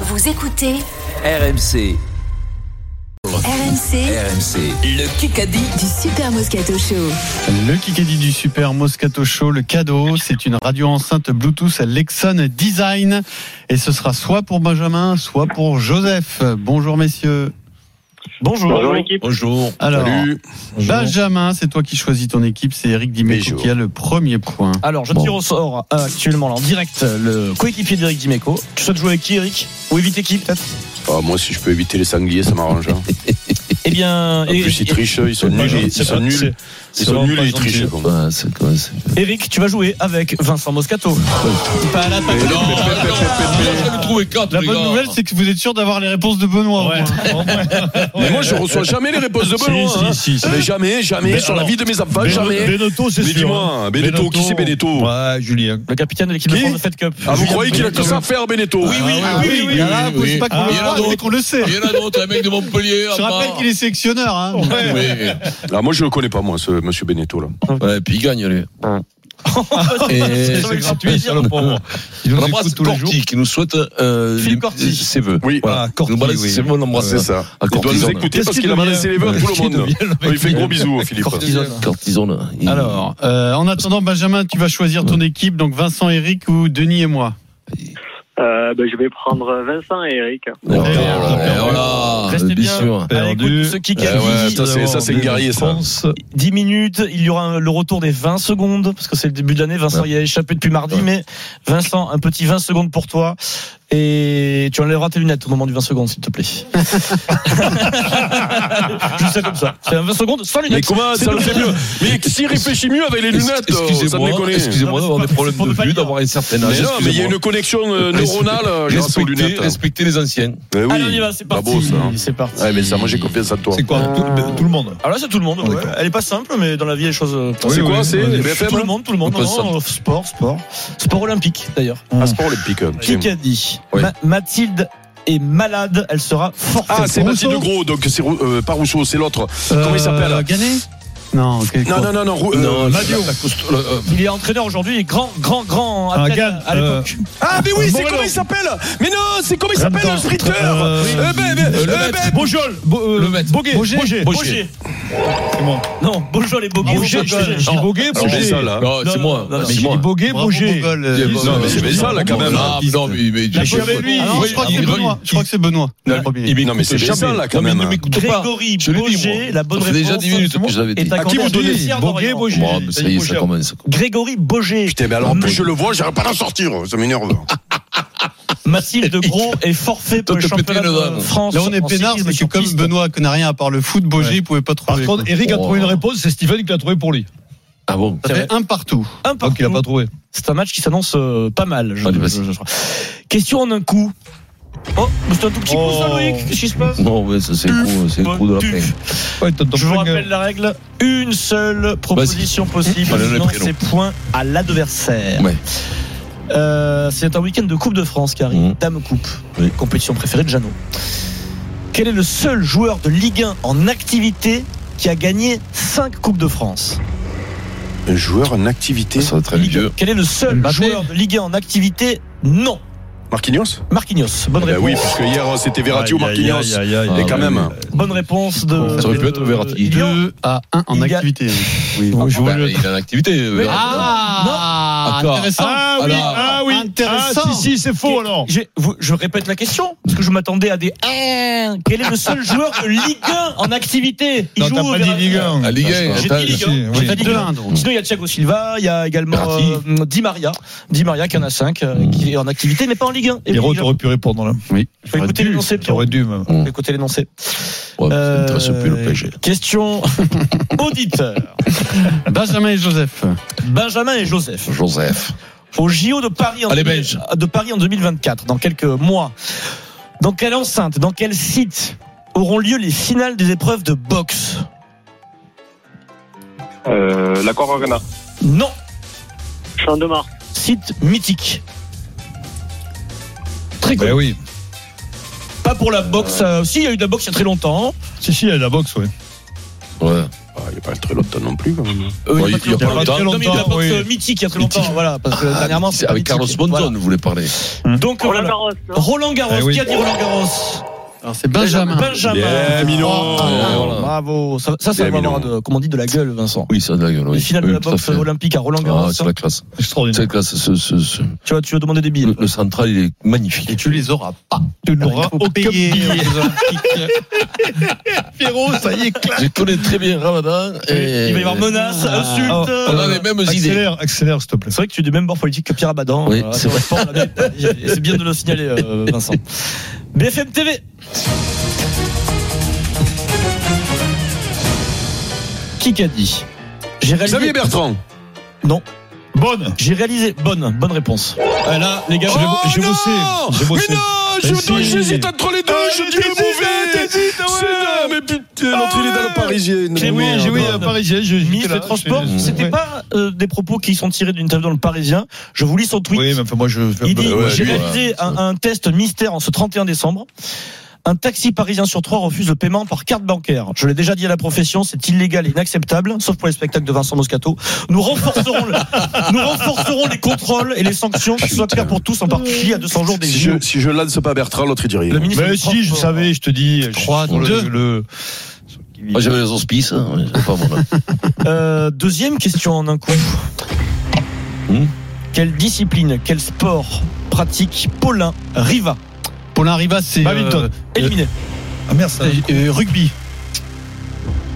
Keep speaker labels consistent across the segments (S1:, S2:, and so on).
S1: Vous écoutez
S2: RMC,
S1: RMC
S2: RMC, le Kikadi.
S1: du Super Moscato Show.
S3: Le Kikadi du Super Moscato Show, le cadeau, c'est une radio enceinte Bluetooth Lexon Design. Et ce sera soit pour Benjamin, soit pour Joseph. Bonjour messieurs.
S4: Bonjour.
S5: Bonjour l'équipe.
S4: Bonjour.
S3: Alors,
S4: Salut.
S3: Benjamin, c'est toi qui choisis ton équipe, c'est Eric Dimeco
S4: Bonjour.
S3: qui a le premier point.
S5: Alors, je tire au sort euh, actuellement là, en direct euh, le coéquipier d'Eric Dimeco. Tu souhaites jouer avec qui, Eric Ou éviter qui, peut-être
S4: Ah, moi, si je peux éviter les sangliers, ça m'arrange. hein.
S5: Eh bien,
S4: En plus,
S5: Eric,
S4: ils trichent, ils sont nuls, ils sont nuls, ils sont nuls et ils trichent. bon.
S5: Eric, tu vas jouer avec Vincent Moscato.
S3: Pas la
S4: Mais non, mais pépé, pépé, pépé.
S3: La bonne nouvelle, c'est que vous êtes sûr d'avoir les réponses de Benoît. au moins.
S4: Mais moi, je reçois jamais les réponses de
S6: Si,
S4: Benoît.
S6: si,
S4: hein.
S6: si, si.
S4: Mais jamais, jamais,
S6: Mais
S4: sur la
S6: alors,
S4: vie de mes enfants, jamais.
S6: Benotto, c'est
S4: Mais
S6: sûr.
S4: dis-moi,
S6: hein.
S4: Benetto, qui c'est Benetto
S6: Ouais, Julien.
S5: Le capitaine de l'équipe de
S4: Qui
S5: France de Fed Cup.
S4: Ah, vous
S5: Julien
S4: croyez qu'il a que
S5: Benotto.
S4: ça à faire, Benetto Oui, oui.
S3: Ah oui, oui, là, faut pas qu'on
S6: Ah,
S3: le
S6: il y en a
S3: croit,
S6: d'autres.
S3: mais qu'on le sait.
S7: Il y en a d'autres, un mec de Montpellier.
S3: Je rappelle qu'il est sélectionneur. hein.
S7: est.
S4: Là, Ah, moi, je le connais pas, moi, ce monsieur Benetto, là.
S7: Ouais, puis il gagne, lui.
S6: Et
S5: C'est gratuit,
S6: le pauvre. Il
S7: On
S6: nous
S7: embrasse
S6: écoute tous les jours.
S7: Corti qui nous souhaite euh,
S5: Phil
S7: les-
S5: Corti.
S7: ses voeux.
S4: Oui.
S6: Ah,
S7: Voilà,
S6: Corti,
S7: Nous balance
S6: oui.
S7: ses voeux, on l'embrasse.
S4: C'est ça.
S7: À
S4: Il doit nous
S7: Cortisone.
S4: écouter
S6: Qu'est-ce
S4: parce
S6: qu'il
S4: qu'il a
S6: devient
S4: balancé les verres à tout
S6: Qu'est-ce
S4: le
S6: qu'il
S4: monde.
S6: devient, le mec
S4: On lui fait un gros bisou, Philippe.
S7: Cortisone. Cortisone. Il-
S3: Alors, euh, en attendant, Benjamin, tu vas choisir ton équipe, donc Vincent, Eric ou Denis et moi.
S5: Euh, ben, je vais prendre Vincent et Eric.
S7: Oh là
S6: D'ailleurs,
S7: là,
S6: Ah,
S7: voilà,
S5: Restez
S7: bien sûr.
S5: À l'écoute de ce qui
S4: Eh ouais,
S5: qualifie.
S4: ça, c'est- ça, c'est
S6: D'avoir
S4: guerrier, ça.
S6: France.
S5: 10 minutes, il y aura le retour des 20 secondes, parce que c'est le début de l'année, Vincent
S7: Ouais.
S5: y a échappé depuis mardi,
S7: Ouais.
S5: mais Vincent, un petit 20 secondes pour toi, et tu enlèveras tes lunettes au moment du 20 secondes, s'il te plaît. Juste ça comme ça. C'est un 20 secondes sans
S4: Mais
S5: lunettes.
S4: comment ça le fait mieux Mais s'il réfléchit mieux avec les lunettes, euh, ça me
S7: Excusez-moi,
S4: déconne.
S7: excusez-moi
S5: Non, mais c'est
S7: d'avoir des
S5: pas-
S7: problèmes
S5: c'est pour
S7: de
S5: ne pas
S7: vue,
S5: dire.
S7: d'avoir un certain
S4: Mais non, mais il
S7: âge.
S4: y a
S7: excusez-moi.
S4: une connexion euh, neuronale euh, grâce aux
S7: Respectez,
S4: lunettes.
S7: respectez les anciens.
S4: Eh oui.
S5: Allez, on y va, c'est
S4: Pas
S5: parti.
S4: beau, ça. hein.
S5: C'est parti.
S4: Ouais, mais ça, moi j'ai confiance en toi.
S6: C'est quoi tout, tout le monde
S5: Alors là, c'est tout le monde.
S6: Oh,
S5: ouais.
S6: d'accord.
S5: Elle est pas simple, mais dans la vie, les choses. euh,
S4: C'est
S6: Oui,
S4: quoi
S6: oui,
S4: C'est
S6: oui.
S4: les hein
S5: Tout le
S4: BFM
S5: monde, tout le monde.
S7: On peut
S5: Non,
S7: ça.
S5: euh, sport, sport. Sport olympique, d'ailleurs. Euh,
S4: Ah, sport olympique. hein.
S5: Kikadi.
S4: Oui.
S5: Ma- Mathilde est malade, elle sera forte.
S4: Ah, c'est
S3: Rousseau
S4: Mathilde Gros, donc c'est Rou- euh, pas Rousseau, c'est l'autre. Comment il
S5: euh,
S4: s'appelle
S3: Ganet Non, quel-
S4: Non, non, non, non. Rou- euh,
S6: Madio.
S7: euh,
S5: Il est entraîneur aujourd'hui, grand, grand, grand
S6: Ah,
S5: athlète
S6: Gann,
S5: à l'époque.
S4: Ah, mais oui, c'est
S6: Morello.
S4: comment il s'appelle Mais non, c'est comment il
S6: En même
S4: s'appelle le
S6: temps.
S4: streeter
S6: Euh,
S4: Euh, ben, ben,
S7: euh, le
S4: euh,
S7: maître.
S4: ben,
S6: Bojol. Bo- euh,
S7: Le maître.
S6: Boguet.
S5: Boger.
S6: Boguet.
S5: Boger. Non, Beaujol et Boguet.
S6: Boguet.
S5: Boguet.
S6: Je dis Boguet.
S4: Alors,
S6: Boguet.
S4: c'est ça, là.
S7: Non, c'est
S5: Non,
S7: moi.
S5: non, non,
S7: c'est
S6: J'ai
S7: moi.
S6: dit Boguet,
S3: Bravo,
S6: Boguet.
S3: Bogol,
S7: Il y
S3: euh,
S7: a-
S4: Non, mais c'est ça, là, quand même.
S7: Ah, non, mais- mais-
S3: La
S7: je-
S3: première
S7: je-
S3: de lui.
S7: Ah,
S3: hein. Non,
S7: oui,
S3: je crois que
S7: il-
S3: c'est Benoît. Je crois que c'est Benoît.
S7: Non,
S3: le premier.
S7: il m'écoute
S4: Non, mais c'est
S7: jamais.
S4: jamais, là, quand
S7: Non, mais
S4: même,
S7: il
S4: hein.
S7: ne m'écoute pas.
S5: Grégory
S7: Je l'ai dit,
S5: Boger,
S7: moi.
S5: la bonne
S7: Ça fait déjà
S5: réponse.
S7: 10 minutes que je l'avais dit.
S5: est accordée
S4: qui vous
S5: au
S4: donnez
S5: Pierre
S6: Boguet,
S5: Dorian.
S6: Boguet.
S7: Bon, mais ça y est, ça commence.
S5: Grégory Boger.
S4: Putain, mais alors en plus je le vois, j'arrive pas à l'en sortir, ça m'énerve.
S5: Mathilde Gros est forfait pour
S7: Toi,
S5: le
S7: t'as pété
S5: championnat
S7: une dame.
S5: de France.
S3: Là, on est
S5: en
S3: peinard,
S5: cyclisme
S3: c'est que
S5: sur
S3: comme
S5: piste.
S3: Benoît connaît rien à part le foot, Boger, il pouvait pas
S6: Par
S3: trouver.
S6: contre, Eric a
S7: Oh.
S6: trouvé une réponse, c'est Steven qui l'a trouvé pour lui.
S7: Ah bon
S3: ça fait un partout.
S5: Un partout.
S6: Donc il a pas trouvé.
S5: C'est un match qui s'annonce euh, pas mal. je-
S7: Ah, du
S5: je-
S7: facile.
S5: je- je- Question en un coup. Oh, mais c'est un tout petit coup ça,
S6: Oh.
S5: Loïc. Qu'est-ce qui se passe
S7: Non, ouais, ça, c'est le coup, c'est le coup de la peine.
S6: Ouais, t'as- t'as
S5: Je vous
S6: plein de-
S5: rappelle la règle une seule proposition possible.
S7: Allez, les
S5: Sinon,
S7: prénoms.
S5: c'est point à l'adversaire.
S7: Ouais.
S5: Euh, c'est un week-end de Coupe de France qui arrive.
S7: Mhm.
S5: Dame Coupe,
S7: Oui.
S5: compétition préférée de Jeannot. Quel est le seul joueur de Ligue 1 en activité qui a gagné 5 Coupes de France
S4: Un joueur en activité.
S7: Ça va très
S5: Ligue
S7: vieux.
S5: 1. Quel est le seul
S6: Mbappé.
S5: joueur de Ligue 1 en activité Non.
S4: Marquinhos
S5: Marquinhos. Bonne
S7: Ah
S4: Eh ben
S5: réponse.
S7: bah
S4: oui, parce que hier c'était Verratti ou
S6: Aïe, aïe,
S4: Marquinhos.
S6: aïe, aïe, aïe.
S4: Et quand même.
S5: Bonne réponse de.
S7: Ça aurait pu être Verratti.
S5: Il y a-
S3: 2 à 1 en
S5: il y a-
S3: activité.
S6: Moi, je vois
S7: Bah,
S6: le-
S7: Il est en activité. Verratti.
S3: Ah,
S7: Non.
S3: intéressant.
S6: Ah oui,
S7: Alors,
S6: ah oui,
S3: intéressant.
S6: Ah, si, si, c'est faux alors.
S5: J'ai- vous- je répète la question, parce que je m'attendais à des. Hein Quel est le seul joueur de Ligue 1 en activité
S6: Non, t'as
S5: au
S6: pas dit
S5: Verratti.
S6: Ligue 1.
S7: Ah, Ligue 1,
S5: J'ai
S7: attends,
S5: dit Ligue
S6: si,
S5: 1.
S6: oui.
S5: J'ai dit
S3: Faites
S5: Ligue
S3: de
S5: 1.
S3: l'un, donc.
S5: Sinon, il y a Thiago Silva, il y a également
S7: Verratti.
S5: euh, Di Maria. Di Maria qui en a 5, qui est en activité, mais pas en Ligue 1.
S6: Héros, t'aurais pu répondre là.
S5: Il faut écouter l'énoncé, Pierrot.
S6: T'aurais dû même.
S5: Il faut écouter l'énoncé.
S7: Ouais, ça
S5: Euh,
S7: m'intéresse plus le PSG.
S5: Question auditeur.
S3: Benjamin et Joseph.
S5: Benjamin et Joseph.
S7: Joseph.
S5: Au JO de Paris, en
S7: Allez,
S5: 2000
S7: Belge.
S5: de Paris en 2024, dans quelques mois. Dans quelle enceinte, dans quel site auront lieu les finales des épreuves de boxe
S8: Euh, L'accord Arena.
S5: Non,
S8: Champ de Mars.
S5: site mythique.
S7: Bah
S5: Très cool.
S6: Ben oui.
S5: euh,
S7: Bah,
S5: Pas pour la boxe. euh, si, il y a eu de la boxe il y a très longtemps.
S6: Si, si, il y a la boxe, ouais.
S7: Ouais.
S4: pas- Ah, il y a pas très longtemps non plus, quand même.
S5: Euh,
S7: Ouais,
S5: il y a pas
S7: il y a
S5: très
S7: pas
S5: longtemps.
S7: longtemps.
S5: Non, mais il y a pas
S6: Oui.
S5: de euh, mythique il y a très longtemps.
S7: Mythique. Ah,
S5: Voilà, parce que dernièrement,
S7: c'est avec Carlos
S5: mythique.
S7: Bonton,
S5: Voilà.
S7: vous voulez parler.
S5: Donc, euh,
S8: Roland
S5: voilà.
S8: Garros, non
S5: Roland Garros,
S6: Eh oui.
S5: qui a dit Roland Garros
S3: Alors c'est Benjamin.
S5: Benjamin.
S4: Bien, Mignon.
S5: Ah,
S7: Voilà.
S5: Bravo. Ça, ça, ça
S7: Bien,
S5: va avoir,
S7: Mignon.
S5: de, comme on dit, de la gueule, Vincent.
S7: Oui, ça de la gueule.
S5: Les
S7: Oui.
S5: finales de
S7: Oui,
S5: la
S7: tout à
S5: boxe
S7: fait.
S5: olympique à Roland Garros. hein.
S7: Ah, c'est la classe. C'est
S6: Extraordinaire.
S7: la classe. Ce, ce, ce-
S5: tu, vas, tu vas demander des billets.
S7: Le, le central, il est magnifique.
S3: Et tu les auras pas.
S6: Tu
S3: n'auras aucun billet aux
S6: Pierrot, ça y est, claque.
S7: Je connais très bien Ramadan. Et
S5: Il va y avoir menaces, insultes.
S7: On a les mêmes idées.
S6: Accélère, accélère, s'il te plaît.
S5: C'est vrai que tu es du même bord politique que Pierre Abadan.
S7: Oui,
S5: Voilà,
S7: c'est vrai.
S5: on l'avait pas dit. Et C'est bien de le signaler, euh, Vincent. BFM TV. Qui qu'a dit J'ai
S4: Xavier
S5: réalisé.
S4: Bertrand.
S5: Non,
S6: Bonne.
S5: j'ai réalisé. Bonne, bonne réponse.
S6: Ah, là, les gars,
S4: Oh
S6: j'ai
S4: non
S6: bossé. J'ai bossé.
S4: Mais non, je-
S6: Mais si.
S4: j'hésite entre les deux, je dis le mauvais. C'est- Mais putain, l'entrée, il est dans le parisien. ah,
S6: J'ai oui, j'ai oui, à Paris, j'ai j'ai- j'étais
S5: Ministre
S6: là,
S5: des Transports,
S6: j'ai-
S5: c'était
S6: Ouais.
S5: pas euh, des propos qui sont tirés d'une table dans le Parisien. Je vous lis son tweet.
S6: Oui, mais enfin, moi, je.
S5: Il dit
S7: ouais,
S5: J'ai
S7: lui,
S5: réalisé
S7: ouais.
S5: un, un test mystère en ce 31 décembre. Un taxi parisien sur trois refuse le paiement par carte bancaire. Je l'ai déjà dit à la profession, c'est illégal et inacceptable, sauf pour les spectacles de Vincent Moscato. Nous renforcerons, le- nous renforcerons les contrôles et les sanctions, qui soient claires pour tous, en particulier à 200 jours des
S4: bah. Si
S5: JO.
S4: je, si je lance pas Bertrand, l'autre il dit rien.
S5: Le ministre
S6: Mais
S5: des
S6: si, je
S5: Transports-
S6: savais, je te dis. je-
S5: Trois,
S6: pour le-
S5: deux.
S6: le-
S7: Moi, j'avais les auspices. hein, mais c'est pas mon
S5: Euh, deuxième question en un coup.
S7: Hmm.
S5: Quelle discipline, quel sport pratique Paulin Riva
S3: Paulin Rivas, c'est
S6: Badminton.
S5: euh, Éliminé.
S6: Ah merde, ça.
S3: euh, rugby.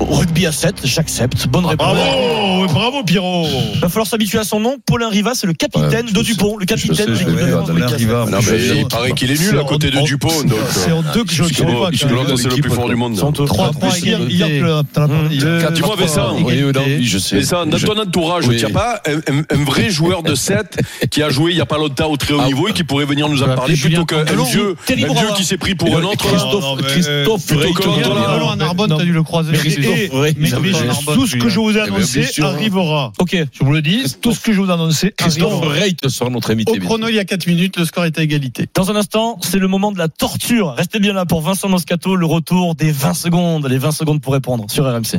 S5: Rugby à 7, j'accepte. Bonne réponse.
S6: Bravo, Oh, bravo, Pierrot.
S5: Va falloir s'habituer à son nom. Paulin Riva, c'est le capitaine
S7: Ouais, je
S5: de
S7: sais.
S5: Dupont, le
S7: Je sais,
S5: capitaine de
S7: je
S5: l'équipe
S7: sais,
S5: de France de
S6: Alain
S5: basket.
S6: Riva.
S4: Ah, Non, mais il paraît qu'il est nul à côté de Dupont, donc.
S6: C'est en deux que je ne
S4: Puisque
S6: sais pas.
S4: puisque
S6: quand même.
S4: l'autre c'est le plus fort du monde.
S5: Sont eux.
S6: Trois Mmh.
S3: En
S6: points
S3: plus,
S6: hier,
S3: égalité.
S6: hier que le- t'en as parlé.
S3: Quatre.
S6: Le-
S4: Dis-moi, Vincent.
S7: Oui, oui, non, oui, je sais.
S4: Mais ça, dans
S7: Je-
S4: ton entourage,
S7: Oui.
S4: tu n'as pas un, un- un vrai joueur de 7 qui a joué il n'y a pas longtemps au très haut
S7: Ah,
S4: niveau et qui pourrait venir nous
S3: on
S4: en
S3: va
S4: parler
S3: appeler
S4: plutôt
S3: Julien
S4: qu'un
S3: Candelon.
S4: vieux, un
S5: Terry
S4: vieux
S5: Bourassa.
S4: qui s'est pris pour
S7: Et
S4: un
S7: le-
S4: autre.
S7: Christophe-
S6: Non, non, mais-
S7: Christophe
S4: Plutôt
S7: Reichardt.
S4: que l'autre,
S3: Regarde,
S4: là.
S3: Roland à Narbonne,
S6: Non.
S3: t'as dû le croiser.
S6: Mais-
S3: Christophe.
S6: et-
S7: Oui,
S6: mais-
S7: ils avaient
S6: mais
S7: raison.
S6: tout ce que je vous ai
S7: Eh bien,
S6: annoncé
S7: bien sûr.
S6: arrivera.
S5: Ok.
S6: Je vous le dis, tout ce que je vous ai annoncé
S7: Christophe
S6: arrivera.
S7: Reit sera notre invité.
S3: Au chrono, il y a 4 minutes, le score est à égalité.
S5: Dans un instant, c'est le moment de la torture. Restez bien là pour Vincent Moscato, le retour des 20 secondes. Les 20 secondes pour répondre sur RMC.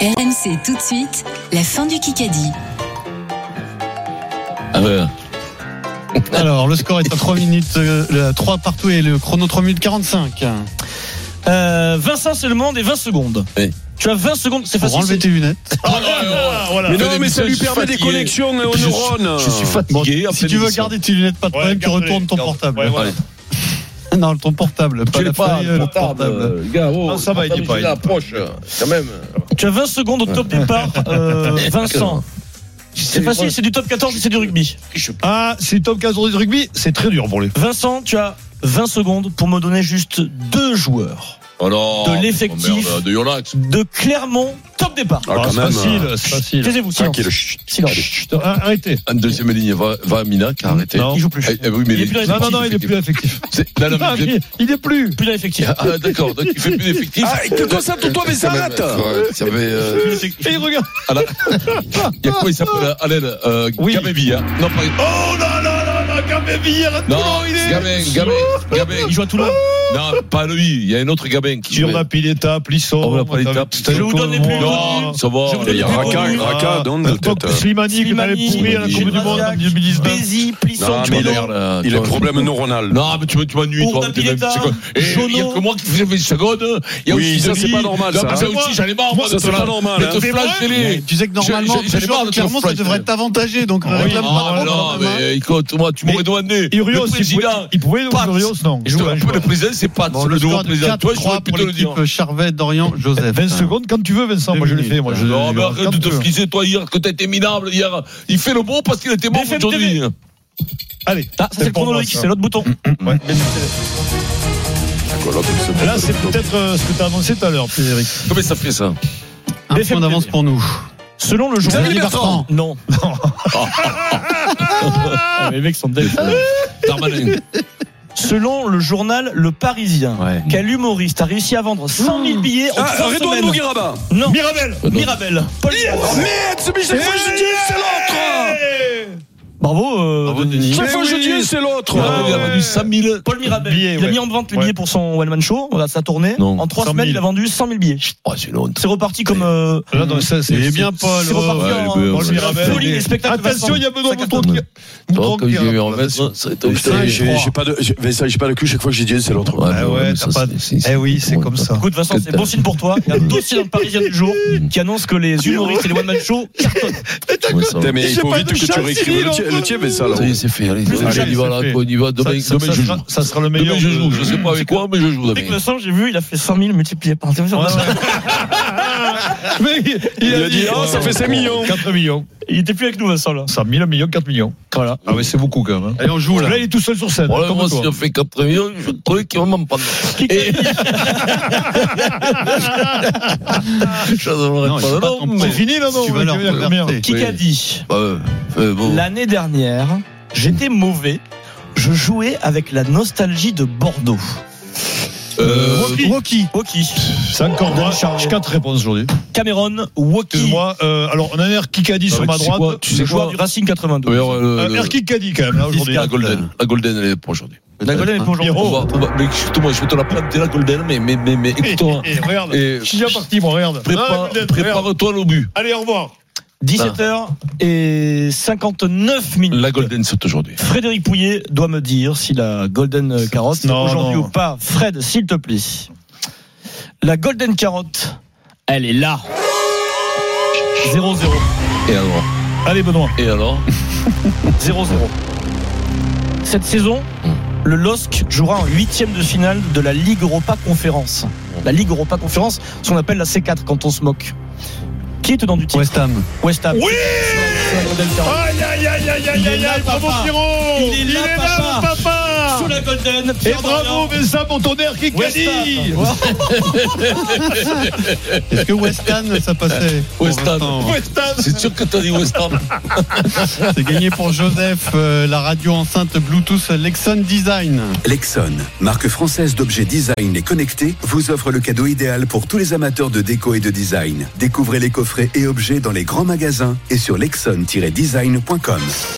S1: RMC tout de suite, la fin du Kikadi.
S7: Ah ouais.
S3: Alors, le score est à 3 minutes, euh, le- 3 partout et le chrono 3 minutes 45.
S5: Euh, Vincent, c'est le moment des 20 secondes.
S7: Oui.
S5: Tu as 20 secondes, c'est
S3: Pour
S5: facile.
S3: enlever
S5: c'est-
S3: tes lunettes.
S4: Mais
S7: Fais
S4: non,
S7: des
S4: mais ça
S7: messages
S4: lui permet des
S7: fatigués.
S4: connexions aux
S7: Je suis-
S4: neurones. Ah,
S7: Je suis
S3: Bon,
S7: fatigué. après
S3: si tu veux
S7: l'émission.
S3: garder tes lunettes, pas de problème, tu retournes ton portable.
S7: Allez.
S3: Non, ton portable, pas
S7: Tu
S3: la
S7: l'es pas,
S3: feuille,
S7: le
S3: le portable.
S7: portable. Gars, oh,
S6: Non, ça va, il est
S7: portable,
S6: pas,
S7: tu
S6: il est pas.
S7: l'approches, quand même.
S5: Tu as 20 secondes au top départ, euh, Vincent. C'est facile, c'est du top 14 et c'est du rugby.
S6: Ah, c'est Tom 14 du rugby, c'est très dur pour lui.
S5: Vincent, tu as 20 secondes pour me donner juste deux joueurs
S7: Oh non,
S5: De l'effectif.
S7: oh merde, De Yonax.
S5: de Clermont, top départ.
S4: Ah, quand
S6: c'est
S4: même.
S6: facile, c'est facile.
S5: Taisez-vous,
S4: Ah,
S5: silence.
S4: qui est le chut.
S5: Silence.
S6: Ah, Arrêtez.
S7: En deuxième ligne, va, va Mina qui a arrêté.
S6: Non.
S5: Il joue plus.
S7: Eh, eh oui, mais
S5: Ah, Il est plus dans les
S6: Non, non, non, il est plus effectif.
S7: C'est- non, non, mais
S6: Ah,
S7: il est-
S6: mais Il est plus.
S5: Plus dans l'effectif.
S7: Ah, d'accord, donc il fait plus d'effectif.
S4: Ah, te concentre-toi, mais ça rate.
S7: Ouais, ça fait, euh,
S5: Plus d'effectif.
S6: Et il regarde.
S7: à la- Il y a quoi il s'appelle Alain euh,
S6: Oui.
S7: Gabebi, hein. Non, pas
S6: Oh là là là là, Gabé Villar,
S7: Non,
S6: Toulon, il est.
S7: Gabin, Gabin, Gabin.
S5: Il joue à Toulon.
S7: Non, pas lui, il y a un autre Gabin qui
S6: Sur
S7: joue.
S6: ma pile étape, Lisson.
S7: On va pas les tapes.
S5: Je vous donne les plus
S6: Non.
S5: connus.
S7: Ça va.
S5: Je vous
S4: Il y a
S5: donne
S4: Raka, Raka, Don,
S6: Donc,
S4: peut-être.
S6: Slimani, qui m'avait
S5: Slimani,
S6: pourri à la Coupe du Monde en
S5: Graziac,
S6: 2019.
S5: Bézi, Plisson,
S4: Non, mais il est-
S5: Ah,
S7: a
S4: Il a un problème neuronal.
S7: Non, mais tu, m'en- tu m'ennuies,
S5: Pour
S7: toi.
S5: la
S7: t'es même-
S5: Pileta,
S7: c'est quoi Eh, Il n'y a
S5: Jono.
S7: que moi qui faisais mes secondes. Il y a
S4: Oui,
S7: aussi
S4: ça,
S7: Denis.
S4: c'est pas normal,
S7: Non,
S4: ça,
S7: mais
S4: hein.
S7: aussi, j'en ai marre.
S4: Moi,
S7: de
S4: ça, c'est
S7: te la-
S4: pas normal,
S7: de te
S4: hein.
S7: flash télé.
S3: Tu sais que normalement,
S7: J'ai- j'ai-
S3: les
S7: j'ai
S3: joueurs
S7: marre
S3: de
S7: de
S3: Clermont,
S7: te
S3: ça devrait
S7: flatter.
S3: t'avantager, donc
S7: Ah,
S3: réclame pas
S7: non,
S3: trop quand même, hein.
S7: mais écoute, moi, tu m'aurais demandé.
S6: Urios, il
S7: le
S6: pouvait-
S7: président.
S6: il pouvait
S7: Pat.
S6: ou Urios, non.
S7: Je
S6: Ouais,
S7: te-
S6: je vois.
S7: Le président, c'est pas
S3: Bon,
S7: le nouveau
S3: score de
S7: président. Toi, je pourrais
S3: 4-3 pour
S7: plutôt le dire.
S3: l'équipe Charvet, Dorian, Joseph.
S6: 20 secondes quand tu veux, Vincent. Moi, je l'ai fait. Moi, je
S7: Non, mais arrête de te
S6: Quand tu veux.
S7: friser, toi, hier, que t'étais minable, hier. Il fait le bon parce qu'il était bon
S5: BFM
S7: aujourd'hui.
S6: Allez,
S5: Ah, ça c'est le
S6: pour moi,
S5: chronologique,
S6: ça.
S5: c'est l'autre bouton.
S6: Ouais.
S4: Quoi, l'autre, il se met
S6: Là,
S4: dans
S6: c'est
S4: le top.
S6: peut-être euh, ce que tu as annoncé tout à l'heure, Frédéric.
S7: Comment ça fait ça
S3: Un
S5: BFM
S3: point d'avance
S5: TV.
S3: pour nous.
S5: Selon le journal.
S4: Xavier Bertrand.
S5: Non. Ah, mais les mecs sont dingues.
S7: Darmanin.
S5: Selon le journal Le Parisien,
S3: Ouais.
S5: quel humoriste a réussi à vendre 100 000 billets en
S4: Ah,
S5: trois
S4: Redouane
S5: semaines
S4: Bougueraba.
S5: Non.
S6: Mirabel
S5: Mirabel. Paul Mirabel.
S4: Eh Merde, c'est Michel Fugitif, c'est l'autre.
S5: Bravo, euh,
S3: Bravo, Denis.
S4: Chaque fois
S6: Mais
S4: je
S6: oui.
S4: dis un, c'est l'autre.
S7: Il
S6: Ah
S7: a
S6: ouais.
S7: vendu 100 000.
S5: Paul Mirabel.
S6: Billets,
S5: il a
S6: ouais.
S5: mis en vente les billets pour son one man show, à sa tournée.
S7: Non.
S5: En trois
S6: 100 000.
S5: semaines, il a vendu 100 000 billets.
S7: Oh, c'est une honte.
S5: C'est reparti comme. euh,
S3: Ah,
S6: Là, non, ça, c'est-
S3: Il est bien, Paul.
S5: C'est hein.
S3: Oh,
S5: reparti
S7: ouais,
S5: en.
S7: le-
S6: Paul
S7: le-
S6: Mirabel.
S5: Folie, les spectacles
S6: Attention,
S5: passants.
S6: il y a Benoît
S5: Ça
S6: Boutron
S5: cartonne.
S6: qui- Boutron
S7: Donc,
S6: qui
S7: j'ai eu en
S6: rentre.
S7: fait, ça a été
S4: Putain,
S7: obsédé.
S4: j'ai j'ai pas de, j'ai- Vincent, j'ai pas le cul, chaque fois je dis un, c'est l'autre.
S7: Ouais,
S6: Ah
S7: mais
S6: ouais,
S7: mais
S6: t'as
S7: ça,
S6: pas de- Eh oui, c'est comme ça.
S5: Écoute, Vincent,
S7: Que
S5: c'est
S7: dalle.
S5: bon signe pour toi. Il y a un dossier dans le Parisien du jour qui annonce que les humoristes et les one-man show cartonnent.
S7: Ouais, ça va.
S4: Putain, mais il
S6: J'ai
S4: faut
S6: pas
S4: vite
S6: de
S4: que tu
S6: chance,
S4: réécrives
S6: Cyril,
S4: le tien,
S6: on
S4: le tien, Vincent. là.
S7: Ça y est, c'est fait. Allez,
S5: Plus
S7: demain,
S5: jamais,
S7: on y va,
S6: c'est
S7: là,
S6: fait.
S7: on y va. Demain,
S6: Ça-
S7: demain,
S6: ça
S7: je
S6: sera-
S7: joue.
S6: Ça sera le meilleur.
S7: Demain, je
S6: de-
S7: joue. Je sais pas avec quoi, mais je joue
S5: Dès que
S7: demain.
S5: le sang, j'ai vu, il a fait 100 000 multipliés par deux.
S6: Mais il-
S4: Il a dit, oh, ça fait 5 millions.
S6: 4 millions.
S5: Il était plus avec nous, Vincent, là.
S6: 100 000, 1 million, 4 millions. Voilà. Ah ouais, c'est beaucoup quand même. hein.
S3: Allez, on joue là.
S6: Là, il est tout seul sur scène.
S7: Voilà,
S6: comme
S7: moi,
S6: toi.
S7: si on fait 4 millions, je trouvais qu'ils vont m'en prendre. Et- Je n'aimerais
S3: Non,
S7: pas
S3: il faut
S7: le
S3: pas
S7: nom,
S3: tomber.
S7: mais-
S6: C'est fini là, non
S3: Tu vas
S6: Oui,
S3: leur
S6: tu veux dire
S3: faire
S6: combien
S3: verser.
S5: Qui a dit
S7: Bah, ouais. Euh, bon.
S5: L'année dernière, j'étais mauvais. Je jouais avec la nostalgie de Bordeaux.
S7: Euh,
S3: Rocky.
S5: Woki,
S6: C'est encore moi.
S5: Charles.
S6: J'ai 4 réponses aujourd'hui.
S5: Cameron, Woki,
S6: Excuse-moi. euh, alors, on a un air Kikadi
S7: Ah,
S6: sur
S7: mais
S6: ma
S7: tu sais quoi,
S6: droite.
S7: tu
S5: le
S7: sais
S5: joueur
S7: quoi
S5: du Racing 92.
S7: D'ailleurs, euh,
S6: Un
S7: le-
S6: air Kikadi quand même là aujourd'hui.
S7: La Golden. La Golden, elle est pour aujourd'hui.
S5: La Golden est pour aujourd'hui.
S7: On va- on va- mais écoute-moi, je vais te la prendre, t'es la Golden, mais, mais, mais, mais écoute-toi.
S6: Et Eh, regarde.
S7: Et
S6: Je suis déjà parti, moi, regarde. Ah,
S7: prépare-
S6: regarde, regarde.
S7: prépare-toi à l'obus.
S6: Allez, au revoir.
S5: 17h et 59 minutes.
S7: La Golden, c'est aujourd'hui.
S5: Frédéric Pouillet doit me dire si la Golden Carotte
S6: Non,
S5: aujourd'hui
S6: non.
S5: ou pas. Fred, s'il te plaît. La Golden Carotte, elle est là. 0-0.
S7: Et alors
S6: Allez, Benoît.
S7: Et alors
S5: 0-0. Cette saison, le LOSC jouera en huitième de finale de la Ligue Europa Conférence. La Ligue Europa Conférence, ce qu'on appelle la C4 quand on se moque. Qui est tenant du titre
S3: West Ham.
S5: West Ham.
S6: Oui
S5: Sur la Golden Carotte.
S6: Aïe, aïe, aïe, aïe, aïe,
S5: Il est
S6: aïe,
S5: là,
S6: aïe, bravo,
S5: papa.
S6: Pierrot.
S5: Il est là,
S6: mon
S5: papa.
S6: papa.
S5: Sur la Golden.
S6: Et
S5: Pierre
S6: bravo,
S5: Dorian.
S6: Vincent, pour ton air
S5: West
S6: Kikadi.
S5: Ham.
S3: Est-ce que West Ham, ça passait pour
S7: West Ham.
S3: Vincent
S6: West Ham.
S7: C'est sûr que t'as dit West Ham.
S3: C'est gagné pour Joseph, euh, la radio enceinte Bluetooth Lexon Design.
S9: Lexon, marque française d'objets design et connectés, vous offre le cadeau idéal pour tous les amateurs de déco et de design. Découvrez les coffrets et objets dans les grands magasins et sur lexon-design.com.